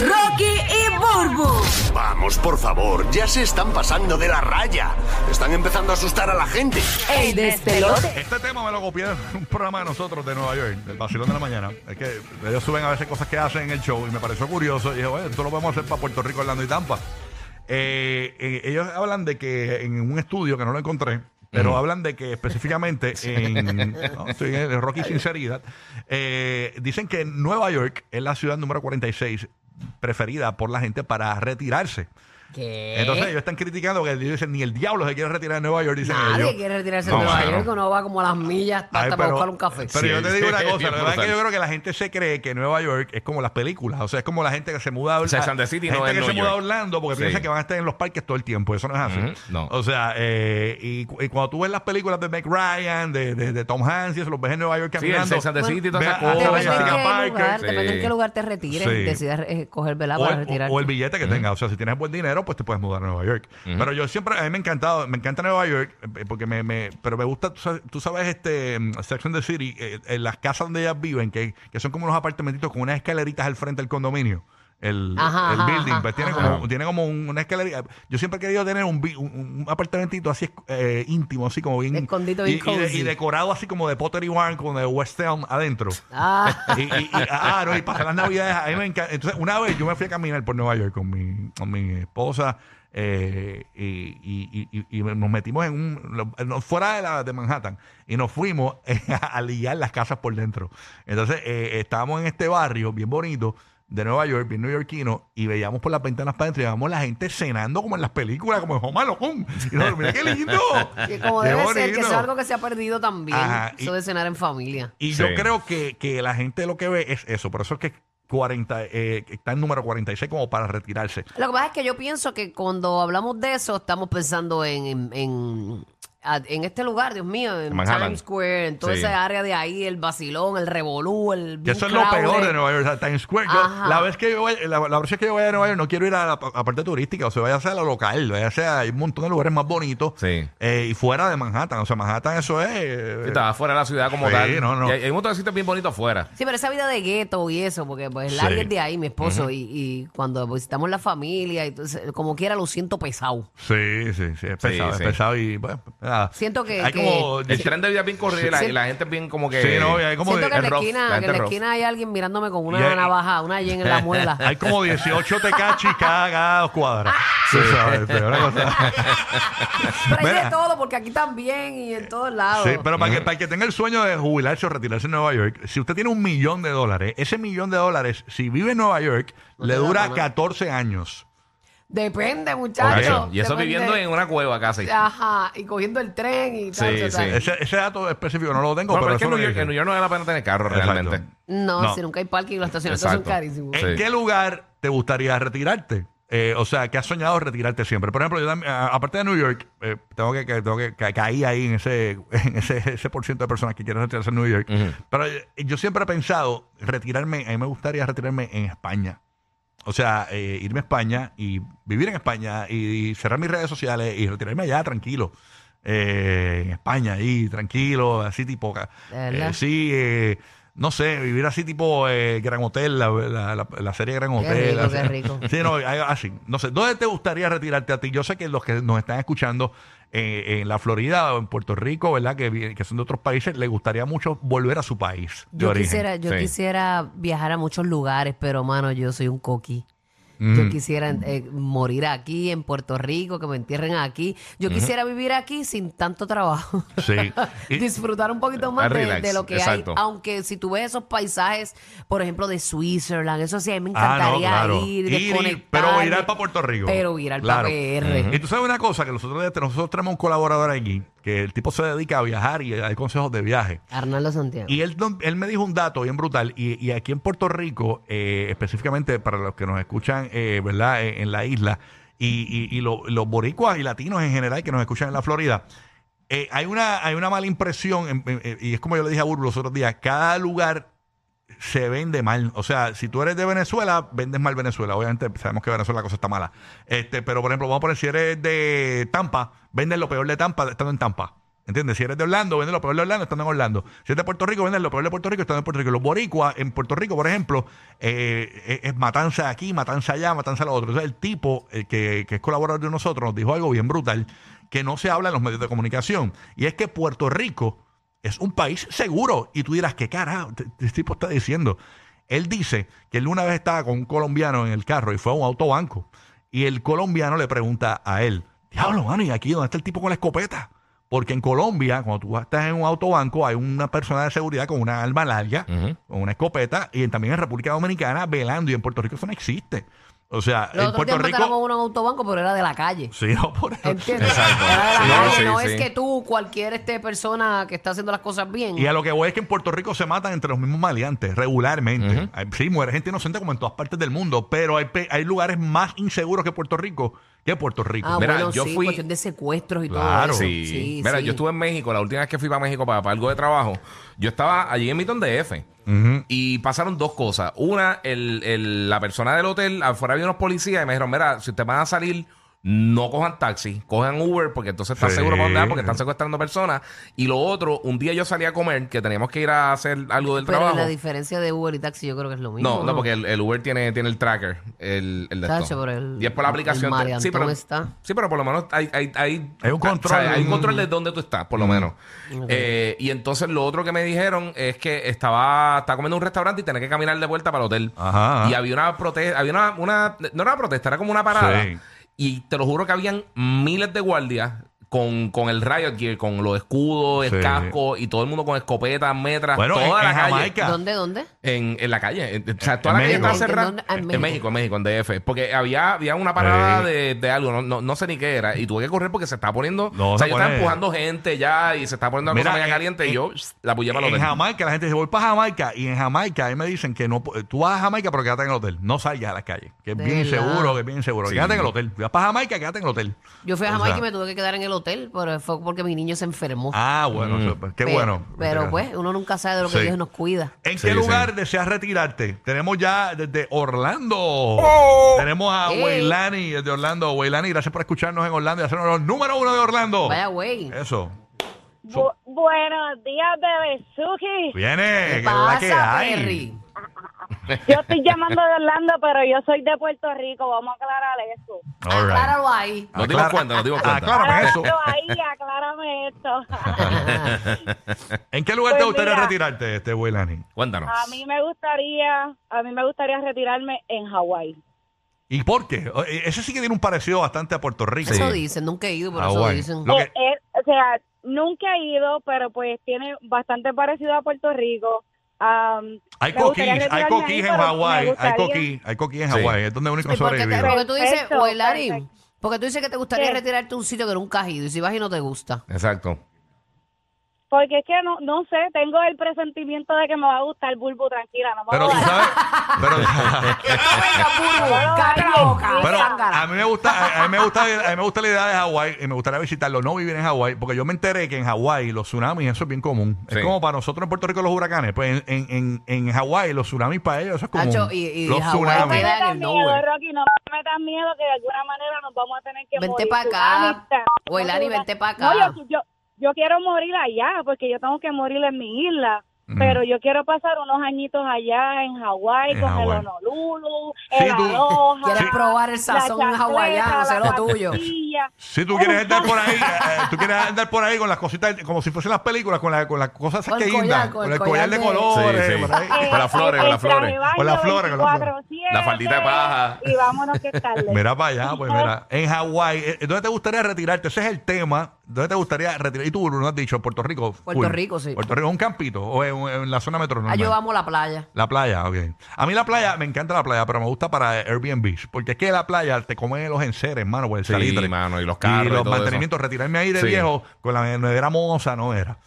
Rocky y Burbu. Vamos, por favor, ya se están pasando de la raya. Están empezando a asustar a la gente. El despelote. Este tema me lo copié de un programa de nosotros de Nueva York, del vacilón de la mañana. Es que ellos suben a veces cosas que hacen en el show y me pareció curioso. Y dije, bueno, esto lo podemos hacer para Puerto Rico, Orlando y Tampa. Eh, eh, ellos hablan de que en un estudio que no lo encontré, pero hablan de que específicamente en no, estoy en el Rocky Sinceridad, eh, dicen que Nueva York es la ciudad número 46 preferida por la gente para retirarse. ¿Qué? Entonces ellos están criticando que ellos dicen ni el diablo se quiere retirar de Nueva York, dicen ellos. Nadie quiere retirarse de No, Nueva mano. York, uno va como a las millas hasta Ay, para buscar un café. Pero yo te digo una Bien cosa, la verdad es que brutal. yo creo que la gente se cree que Nueva York es como las películas, o sea, es como la gente que se muda a O sea, Orlando. San de City no gente es que New se muda a York. Orlando porque Sí. piensa que van a estar en los parques todo el tiempo, eso no es así. Ujú, no. O sea, eh, y, cu- y cuando tú ves las películas de Meg Ryan, de, de- de Tom Hanks, y eso, los ves en Nueva York Sí, el caminando. Sex and the City y todas Ve esas a- cosas. a Depende en Jessica qué Parker. lugar, Sí. depende en qué lugar te retires Sí. y decidas eh, coger vela o, para el- retirarte. o- o el billete que tengas. O sea, si tienes buen dinero, pues te puedes mudar a Nueva York. Pero yo siempre, a mí me ha encantado, me encanta Nueva York, eh, porque me, me- pero me gusta, tú sabes, tú sabes, este, mm, Sex and the City, eh, en las casas donde ellas viven, que, que son como unos apartamentitos con unas escaleritas al frente del condominio. El, Ajá, el ajá, building, ajá, pues tiene ajá. como, tiene como un- una escalerita. Yo siempre he querido tener un, bi- un, un apartamentito así eh, íntimo, así como bien. Escondito, y, bien y de- cozy. y decorado así como de Pottery Barn, como de West Elm adentro. Ah, Y, y- y- ah, no, y pasar las navidades. A mí me encanta. Entonces, una vez yo me fui a caminar por Nueva York con mi, con mi esposa eh, y, y- y- y- y nos metimos en un. lo- fuera de, la, de Manhattan y nos fuimos eh, a liar las casas por dentro. Entonces, eh, estábamos en este barrio bien bonito de Nueva York, bien neoyorquino, y veíamos por las ventanas para adentro y veíamos la gente cenando como en las películas, como en Home Alone. Y nosotros, mira qué lindo. que como Qué debe ser, que bonito. es algo que se ha perdido también. Ajá, y- eso de cenar en familia. Y Sí. yo creo que, que la gente lo que ve es eso. Por eso es que 40, eh, está en número 46 como para retirarse. Lo que pasa es que yo pienso que cuando hablamos de eso, estamos pensando en, en, en, a- en este lugar, Dios mío, en Manhattan. Times Square, en toda Sí. esa área de ahí, el vacilón, el revolú, el. Que bien eso es lo peor crowded. de Nueva York, o sea, Times Square. Yo, Ajá. la vez que yo vaya, la, la próxima vez que yo vaya a Nueva York, no quiero ir a la, a la parte turística, o sea, vaya a ser a lo local, vaya a ser a hay un montón de lugares más bonitos Sí. eh, y fuera de Manhattan. O sea, Manhattan eso es. eh, Sí, estaba fuera de la ciudad como Sí, tal. no, no. Y hay, hay un montón de sitios bien bonitos afuera. Sí, pero esa vida de gueto y eso, porque pues el Sí. área es de ahí, mi esposo, y, y cuando visitamos la familia, entonces, como quiera, lo siento pesado. sí, sí, sí, es pesado, sí. es pesado y bueno, nada. Siento que- Hay que- como. El tren de vida es bien corrido y la, y la gente es bien como que. Sí, no, y hay como. siento que en la rough, esquina, la que gente en la rough. esquina hay alguien mirándome con una Y hay- navaja, una yen en la Ah. muela. Hay como 18 tecachis cada, cada dos cuadras. Tú sabes, pero una cosa- pero hay de Mira. todo, porque aquí también y en todos lados. Sí, pero para que, para que tenga el sueño de jubilarse o retirarse en Nueva York, si usted tiene un millón de dólares, ese millón de dólares, si vive en Nueva York, No le te da dura nada. 14 años. Depende, muchachos. Cacho, Y eso depende. viviendo en una cueva casi. Ajá, y cogiendo el tren y Sí, tal. o sea, sí. Ese, ese dato específico no lo tengo, No, pero pero, es que en eso New, lo York, en dice. New York no vale la pena tener carro Exacto. realmente. No, No. si nunca hay parking y los estacionamientos son Exacto. carísimos. Eh, ¿En Sí. qué lugar te gustaría retirarte? Eh, o sea, que has soñado retirarte siempre. Por ejemplo, yo también, a- aparte de New York, eh, tengo que, que- tengo que, ca- caí ahí en ese, en ese, ese por ciento de personas que quieren retirarse en New York. Ujú. Pero eh, yo siempre he pensado retirarme, a mí me gustaría retirarme en España. O sea, eh, irme a España y vivir en España y, y cerrar mis redes sociales y retirarme allá tranquilo. Eh, en España, ahí, tranquilo, así tipo. ca- ¿De verdad? eh, sí, eh, no sé, vivir así tipo eh, Gran Hotel, la, la- la- la serie Gran Hotel. rico, así. qué rico. Sí, no, hay- así. No sé, ¿dónde te gustaría retirarte a ti? Yo sé que los que nos están escuchando eh, en la Florida o en Puerto Rico, ¿verdad? Que, vi- que son de otros países, les gustaría mucho volver a su país de Yo origen. quisiera, yo Sí. quisiera viajar a muchos lugares, pero mano, yo soy un coqui. Mm. Yo quisiera eh, morir aquí en Puerto Rico, que me entierren aquí. Yo quisiera vivir aquí sin tanto trabajo. Sí. Y- Disfrutar un poquito más Ah, de, relax, de lo que exacto. hay. Aunque si tú ves esos paisajes, por ejemplo, de Switzerland, eso sí, a mí me Ah, no, encantaría claro. ir, Ir y- desconectar. pero ir al pa' Puerto Rico. Pero ir al pa' Claro. PR. Y tú sabes una cosa, que nosotros, nosotros tenemos un colaborador aquí, que el tipo se dedica a viajar y hay consejos de viaje. Arnaldo Santiago. Y él, don- él me dijo un dato bien brutal. Y, y aquí en Puerto Rico, eh, específicamente para los que nos escuchan, eh, ¿verdad? En, en la isla, y, y- y lo- los boricuas y latinos en general que nos escuchan en la Florida, eh, hay, una, hay una mala impresión, en- en- en- y es como yo le dije a Burbu los otros días, cada lugar se vende mal. O sea, si tú eres de Venezuela, vendes mal Venezuela. Obviamente sabemos que Venezuela la cosa está mala. Este, pero por ejemplo, vamos a poner si eres de Tampa, vendes lo peor de Tampa estando en Tampa. ¿Entiendes? Si eres de Orlando, vendes lo peor de Orlando estando en Orlando. Si eres de Puerto Rico, vendes lo peor de Puerto Rico estando en Puerto Rico. Los boricuas en Puerto Rico, por ejemplo, eh, es, es matanza aquí, matanza allá, matanza lo otro. O sea, el tipo eh, que, que es colaborador de nosotros nos dijo algo bien brutal que no se habla en los medios de comunicación. Y es que Puerto Rico es un país seguro. Y tú dirás, ¿qué carajo te- este tipo está diciendo? Él dice que él una vez estaba con un colombiano en el carro y fue a un autobanco. Y el colombiano le pregunta a él, diablo, mano, ¿y aquí dónde está el tipo con la escopeta? Porque en Colombia, cuando tú estás en un autobanco, hay una persona de seguridad con una arma larga, con una escopeta, y también en República Dominicana velando, y en Puerto Rico eso no existe. O sea, Los en otros Puerto días mataron a Rico... uno en un autobanco, pero era de la calle. Sí, no, por eso. ¿Entiendes? Exacto. Era de la Sí, calle, sí, no es sí. que tú, cualquier este persona que está haciendo las cosas bien. Y a lo que voy es que en Puerto Rico se matan entre los mismos maleantes regularmente. Hay- Sí, muere gente inocente como en todas partes del mundo, pero hay, pe- hay lugares más inseguros que Puerto Rico que Puerto Rico. Ah, Mira, bueno, yo sí, fui- cuestión de secuestros y Claro. todo eso. Sí. Mira, sí. yo estuve en México, la última vez que fui para México para, para algo de trabajo, yo estaba allí en Milton DF. Y pasaron dos cosas. Una, el, el- la persona del hotel, afuera había unos policías y me dijeron, mira, si ustedes van a salir, no cojan taxi, cojan Uber, porque entonces están Sí. seguros para dónde van, porque están secuestrando personas. Y lo otro, un día yo salí a comer, que teníamos que ir a hacer algo del Pero trabajo. la diferencia de Uber y taxi yo creo que es lo mismo. No, no, porque el, el Uber tiene, tiene el tracker. El, el de Chacho, esto. pero el- y es por la el aplicación. Mariantón sí, pero, está. sí, pero por lo menos hay, hay, hay, Hay un control. o sea, hay un Mm. control de dónde tú estás, por lo menos. Eh, y entonces lo otro que me dijeron es que estaba, estaba comiendo en un restaurante y tenía que caminar de vuelta para el hotel. Ajá, ajá. Y había una protesta, había una, una- no era una protesta, era como una parada. Sí. Y te lo juro que habían miles de guardias con, con el riot gear, con los escudos, el Sí. casco y todo el mundo con escopetas, metras, Bueno, toda en- la en calle. Jamaica. ¿Dónde, dónde? En, en la calle. En- o sea, toda en la calle México. estaba ¿En cerrada. dónde? Ah, en En México. México, en México, en DF. Porque había, había una parada Sí. de, de algo, no, no, no sé ni qué era. Y tuve que correr porque se estaba poniendo. No, o sea, se yo estaba pone- empujando gente ya y se estaba poniendo la Mira, cosa media en- caliente. en- y yo shh, la puse para los en Jamaica la gente dice, voy para Jamaica y en Jamaica ahí me dicen que no pu- tú vas a Jamaica pero quédate en el hotel, no salgas a la calle, que es De bien verdad. seguro, que es bien seguro, Sí. quédate en el hotel, vas para Jamaica, quédate en el hotel. Yo fui a O Jamaica sea, y me tuve que quedar en el hotel, pero fue porque mi niño se enfermó. Ah, bueno, eso, pues, qué Pe- bueno. Pero pues, uno nunca sabe de lo que Sí. Eh, Dios nos cuida. ¿En Sí, qué sí. lugar deseas retirarte? Tenemos ya desde Orlando. Oh. Tenemos a Eh. Ey. Weilani desde Orlando. Weilani, gracias por escucharnos en Orlando y hacernos los número uno de Orlando. Vaya güey. Eso. Bu- buenos días, bebé Suki. Viene, que ¿Qué es la que pasa, hay. Perry? Yo estoy llamando de Orlando, pero yo soy de Puerto Rico. Vamos a aclarar eso. All right. Acláralo ahí. Nos Aclara- dimos cuenta, nos dimos cuenta. Aclárame Ah, pues eso. Acláralo ahí, aclárame esto. ¿En qué lugar te Pues gustaría mira. retirarte, este Weilani? Cuéntanos. A mí me gustaría, a mí me gustaría retirarme en Hawái. ¿Y por qué? O- e- Ese sí que tiene un parecido bastante a Puerto Rico. Eso dicen, nunca he ido, pero Ah, eso guay. dicen. Lo que- Eh, eh, o sea, nunca he ido, pero pues tiene bastante parecido a Puerto Rico. Am, Hay me gustaría coquís, hay retirarme ahí, coquís en pero Hawái. me Hay gustaría- coquís, hay coquís en Sí. Hawái. Es donde único ¿Y por qué te- sobrevive. porque tú dices, Perfecto, Weilani, perfecto. porque tú dices que te gustaría ¿Qué? retirarte a un sitio que nunca has ido y si vas y no te gusta. Exacto. porque es que no, no sé, tengo el presentimiento de que me va a gustar Bulbo, tranquila, no me Pero voy tú a- sabes... Pero... Ah, Cállate la boca. Pero ah, Zángara. a mí me gusta, a, a mí me gusta, a mí me gusta la idea de Hawái y me gustaría visitarlo, no vivir en Hawái, porque yo me enteré que en Hawái los tsunamis eso es bien común. Es Sí. como para nosotros en Puerto Rico los huracanes, pues en, en, en, en Hawái los tsunamis para ellos eso es común. Nacho, y- y los Hawái No tsunamis. queda- en me metas el miedo, nowhere. Rocky, no me metas miedo que de alguna manera nos vamos a tener que Vente morir. pa' Tú, acá. Dani, está- Güey, Lani, tú, Dani. vente pa' acá. No, yo, yo, yo quiero morir allá porque yo tengo que morir en mi isla. Pero yo quiero pasar unos añitos allá en Hawái En con Hawái. el Honolulu, Sí, el tú- Aloha, Quieres la probar el sazón chancleta, hawaiano, la sé lo tuyo. pastilla. Si tú quieres andar por ahí, eh, tú quieres andar por ahí con las cositas, como si fuesen las películas, con, la, con las cosas esas Con el que collar, guindan, con con el el collar de collar de- colores, Sí, sí. por ahí. Con las flores, eh, con el- las el traje flores. baño Con las flores, con las flores. 24/7, La faldita de paja. Y vámonos que tal. Mira para allá, pues mira, en Hawái, eh, ¿dónde te gustaría retirarte? Ese es el tema. ¿Dónde te gustaría retirar? Y tú, Bruno, has dicho Puerto Rico. Puerto Rico, sí. Puerto Rico, un campito o en, en la zona metro. Ah, yo normal. amo la playa. La playa, ok. A mí la playa, me encanta la playa, pero me gusta para Airbnb. Porque es que la playa te comen los enseres, mano, por el Sí, salitre. mano, y los carros Y y los todo mantenimientos. Retirarme ahí de Sí. viejo con la nevera moza no era.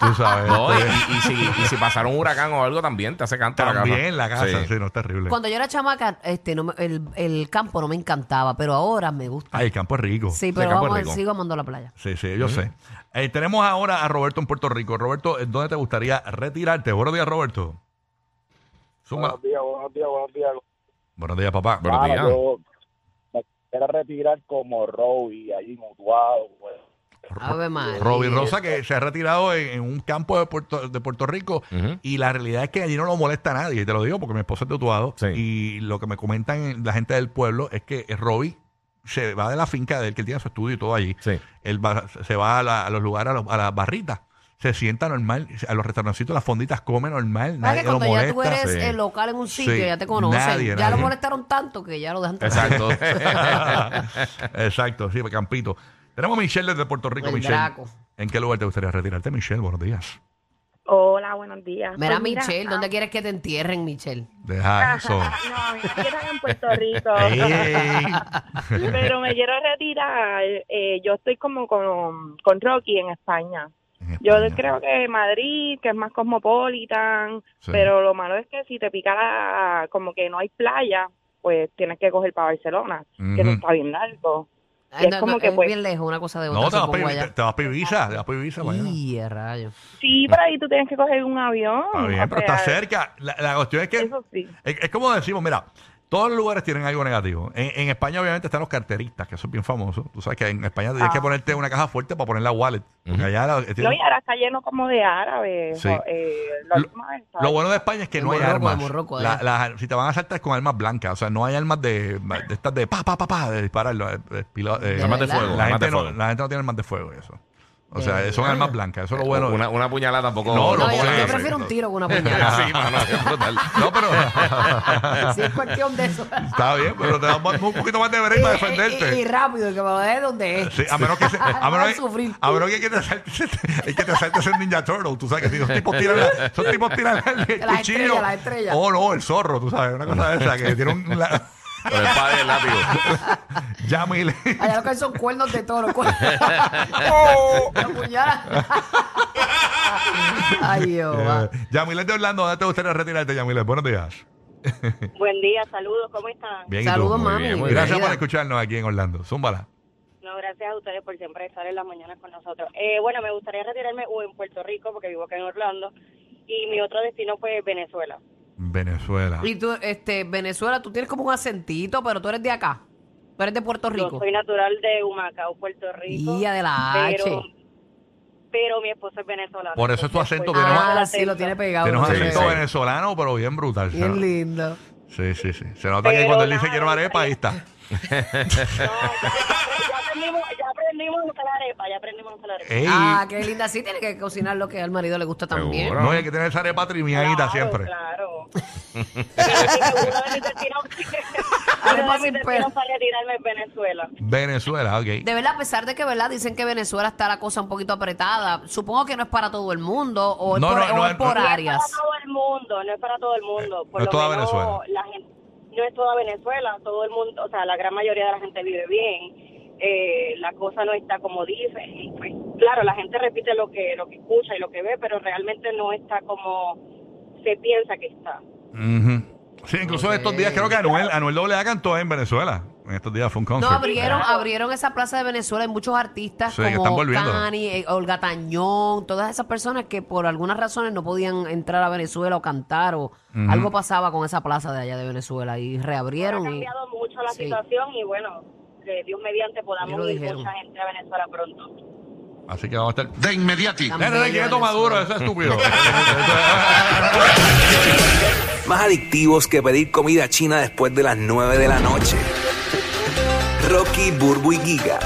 Tú sabes. No, y, este, y- y si, y si pasaron un huracán o algo también, te hace cantar también la casa, sí, no es terrible. Cuando yo era chamaca, este, no me- el, el campo no me encantaba, pero ahora me gusta. Ay, el campo es rico. Sí, el pero campo es vamos, a- rico. sigo amando la playa. Sí, sí, yo sé. Eh, tenemos ahora a Roberto en Puerto Rico. Roberto, ¿en ¿dónde te gustaría retirarte? Buenos días, Roberto. Suma. Buenos días, buenos días, buenos días. Buenos días, papá. Buenos Mano, días. yo me quisiera retirar como Roby allí en Utuado. pues. Ave María. Robbie Rosa que se ha retirado en, en un campo de Puerto, de Puerto Rico Ujú. y la realidad es que allí no lo molesta a nadie, y te lo digo porque mi esposo es tatuado Sí. y lo que me comentan la gente del pueblo es que Robbie se va de la finca de él, que él tiene su estudio y todo allí, Sí. él va- se va a, la- a los lugares, a, los- a las barritas, se sienta normal, a los restaurancitos, las fonditas come ¿Sabes normal, nadie que lo cuando ya molesta. tú eres eh, sí. el local en un sitio, Sí, ya te conocen. nadie, ya nadie. lo molestaron tanto que ya lo dejan tranquilo. Exacto. Exacto, sí, Campito. Tenemos a Michelle desde Puerto Rico, El Michelle. Draco. ¿En qué lugar te gustaría retirarte, Michelle? Buenos días. Hola, buenos días. Mira, Pues Michelle, ¿dónde ah, quieres que te entierren, Michelle? Deja eso. No, a mí me entierran en Puerto Rico. Ey. pero me quiero retirar. eh, yo estoy como con, con Rocky en España. En Yo España. creo que Madrid, que es más cosmopolitan, Sí. pero lo malo es que si te pica la, como que no hay playa, pues tienes que coger para Barcelona, que Ujú. no está bien largo. Ah, Y es como que, es pues- bien lejos, una cosa de otra. No, te vas, supongo, pa' Ibiza- allá. te vas pa' Ibiza, te vas pa' Ibiza, bueno. Y a rayos. Sí, pero ahí tú tienes que coger un avión. Está bien, o pero sea, está cerca. La, la cuestión es que Eso sí. es, es como decimos, mira, todos los lugares tienen algo negativo. En, en España obviamente están los carteristas, que eso es bien famoso. Tú sabes que en España tienes que ponerte una caja fuerte para poner la wallet. Porque allá la- Ah. No, y ahora está lleno como de árabes. Sí. jo- eh, la Lo- última vez, Lo ¿sabes? bueno de España es que De no hay Morroco, de armas. Morroco, La- allá. las- si te van a saltar es con armas blancas, o sea, no hay armas de, de estas de pa, pa, pa, pa, de disparar. eh, eh, pilo- eh, De Armas de verdad. fuego. La armas gente, de no, fuego. la gente no tiene armas de fuego, y eso. O De sea, eh, son verdad. armas blancas, eso es lo bueno. Una, una puñalada tampoco. No, No, lo yo, bueno yo es- prefiero un tiro que una sí, puñalada. mano, es brutal. No, pero si es cuestión de eso. está bien, pero te damos un poquito más de break para Eh, Y, y- y defenderte. rápido, que me va a ver dónde es. Sí, a menos que se- a menos Vas a que, sufrir. a menos que, te asaltes- que te asaltes en Ninja Turtle, tú sabes que si los tipos tiran la- esos tipos tiran el, el Las cuchillo. estrellas, las estrellas. Oh, no, el zorro, tú sabes, una cosa de esa que tiene un la- Con el padre del látigo. llama y le- Allá lo que hay son cuernos de toro. cuernos- Oh. La puñalada. Ay, Dios. Eh, Yamilet de Orlando, ¿dónde te gustaría retirarte, Yamilet? Buenos días. Buen día, saludos, ¿cómo están? Bien, ¿y tú? Saludos, Muy mami. bien, muy bien. Gracias por bienvenida. escucharnos aquí en Orlando. Zúmbala. No, gracias a ustedes por siempre estar en las mañanas con nosotros. Eh, bueno, me gustaría retirarme o en Puerto Rico, porque vivo acá en Orlando, y mi otro destino fue Venezuela. Venezuela. Y tú, este, Venezuela, tú tienes como un acentito, pero tú eres de acá. Tú eres de Puerto Yo Rico. soy natural de Humacao, Puerto Rico. Día de la H. pero, pero mi esposo es venezolano. Por eso es tu entonces, acento, pues, pero tengo ah, el sí, lo acento. tiene pegado. Tienes un Sí, acento sí. venezolano, pero bien brutal. Se Bien nota- lindo. Sí, sí, sí. Se nota que Pero cuando él dice nada, quiero una arepa, ahí está. No, ya, ya aprendimos, ya aprendimos a usar la arepa, ya aprendimos a usar la arepa. Ey, Ah, qué linda. Sí, tiene que cocinar lo que al marido le gusta también. Seguro. no, hay que tener esa arepa trimiadita Claro, siempre. Claro. Pero uno de mis destinos, uno Arepa de mis sin destinos pelo. para retirarme es Venezuela. Venezuela, ok. De verdad, a pesar de que verdad dicen que Venezuela está la cosa un poquito apretada, supongo que no es para todo el mundo o es No, por, no, o no, es no. por No es áreas. No es para todo el mundo, no es para todo el mundo. no Por es lo toda menos, Venezuela. La gente, no es toda Venezuela, todo el mundo, o sea, la gran mayoría de la gente vive bien. Eh, la cosa no está como dicen. Y, pues, claro, la gente repite lo que, lo que escucha y lo que ve, pero realmente no está como se piensa que está. Ujú. Sí, incluso Ok. estos días creo que Anuel, Anuel AA cantó en Venezuela. En estos días fue un No, concert. abrieron, abrieron esa plaza de Venezuela y muchos artistas Sí, que están como volviendo. Cani, eh, Olga Tañón, todas esas personas que por algunas razones no podían entrar a Venezuela o cantar o algo pasaba con esa plaza de allá de Venezuela y Ha reabrieron. Y, cambiado mucho la sí. situación y bueno, que Dios mediante Y lo podamos ir dijeron. mucha gente a Venezuela pronto. Así que vamos a estar. De inmediati. Tan No, no, no, bella quieto Maduro, eso es estúpido. Más adictivos que pedir comida china después de las 9 de la noche. Rocky, Burbu y Giga.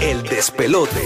El despelote.